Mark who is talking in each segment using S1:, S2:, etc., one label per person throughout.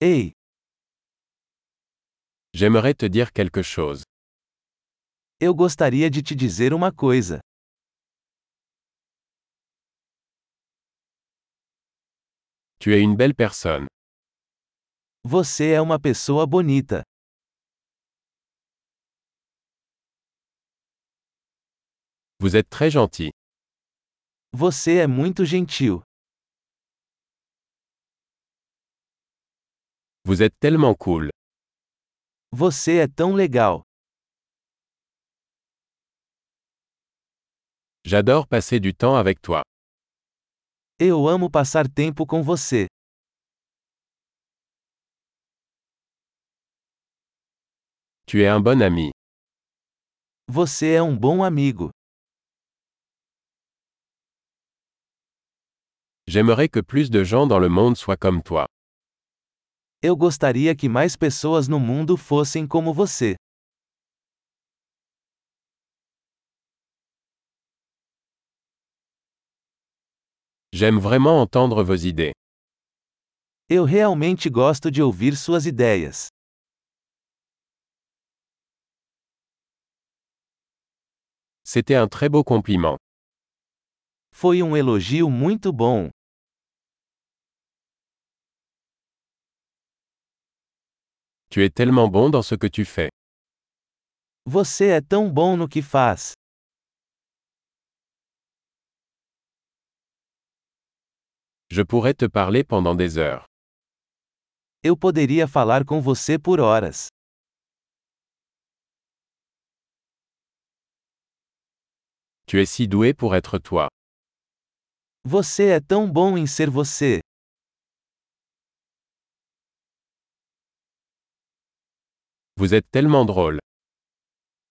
S1: Hey,
S2: J'aimerais te dire quelque chose.
S1: eu gostaria de te dizer uma coisa.
S2: Tu es une belle personne.
S1: Você é uma pessoa bonita.
S2: Vous êtes très gentil.
S1: Você é muito gentil.
S2: Vous êtes tellement cool.
S1: Você é tão legal.
S2: J'adore passer du temps avec toi.
S1: Eu amo passar tempo com você.
S2: Tu es un bon ami.
S1: Você é um bom amigo.
S2: J'aimerais que plus de gens dans le monde soient comme toi.
S1: Eu gostaria que mais pessoas no mundo fossem como você.
S2: J'aime vraiment entendre vos idées.
S1: Eu realmente gosto de ouvir suas ideias.
S2: C'était un très beau compliment.
S1: Foi um elogio muito bom.
S2: Tu es tellement bon dans ce que tu fais.
S1: Você é tão bom no que faz.
S2: Je pourrais te parler pendant des heures.
S1: Eu poderia falar com você por horas.
S2: Tu es si doué pour être toi.
S1: Você é tão bom em ser você.
S2: Vous êtes tellement drôle.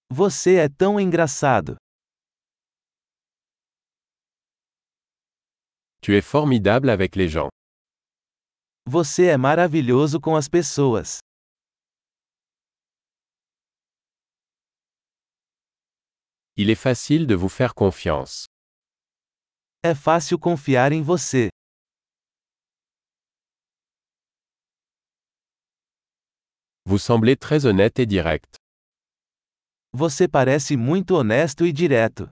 S1: Você é tão engraçado.
S2: Tu es formidable avec les gens.
S1: Você é maravilhoso com as pessoas.
S2: Il est facile de vous faire confiance.
S1: É fácil confiar em você.
S2: Vous semblez très honnête et direct.
S1: Você parece muito honesto e direto.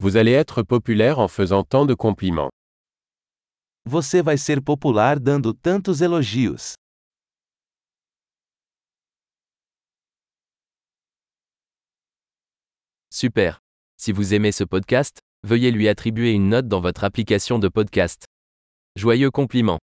S2: Vous allez être populaire en faisant tant de compliments.
S1: Você vai ser popular dando tantos elogios.
S3: Super. Si vous aimez ce podcast, veuillez lui attribuer une note dans votre application de podcast. Joyeux compliment.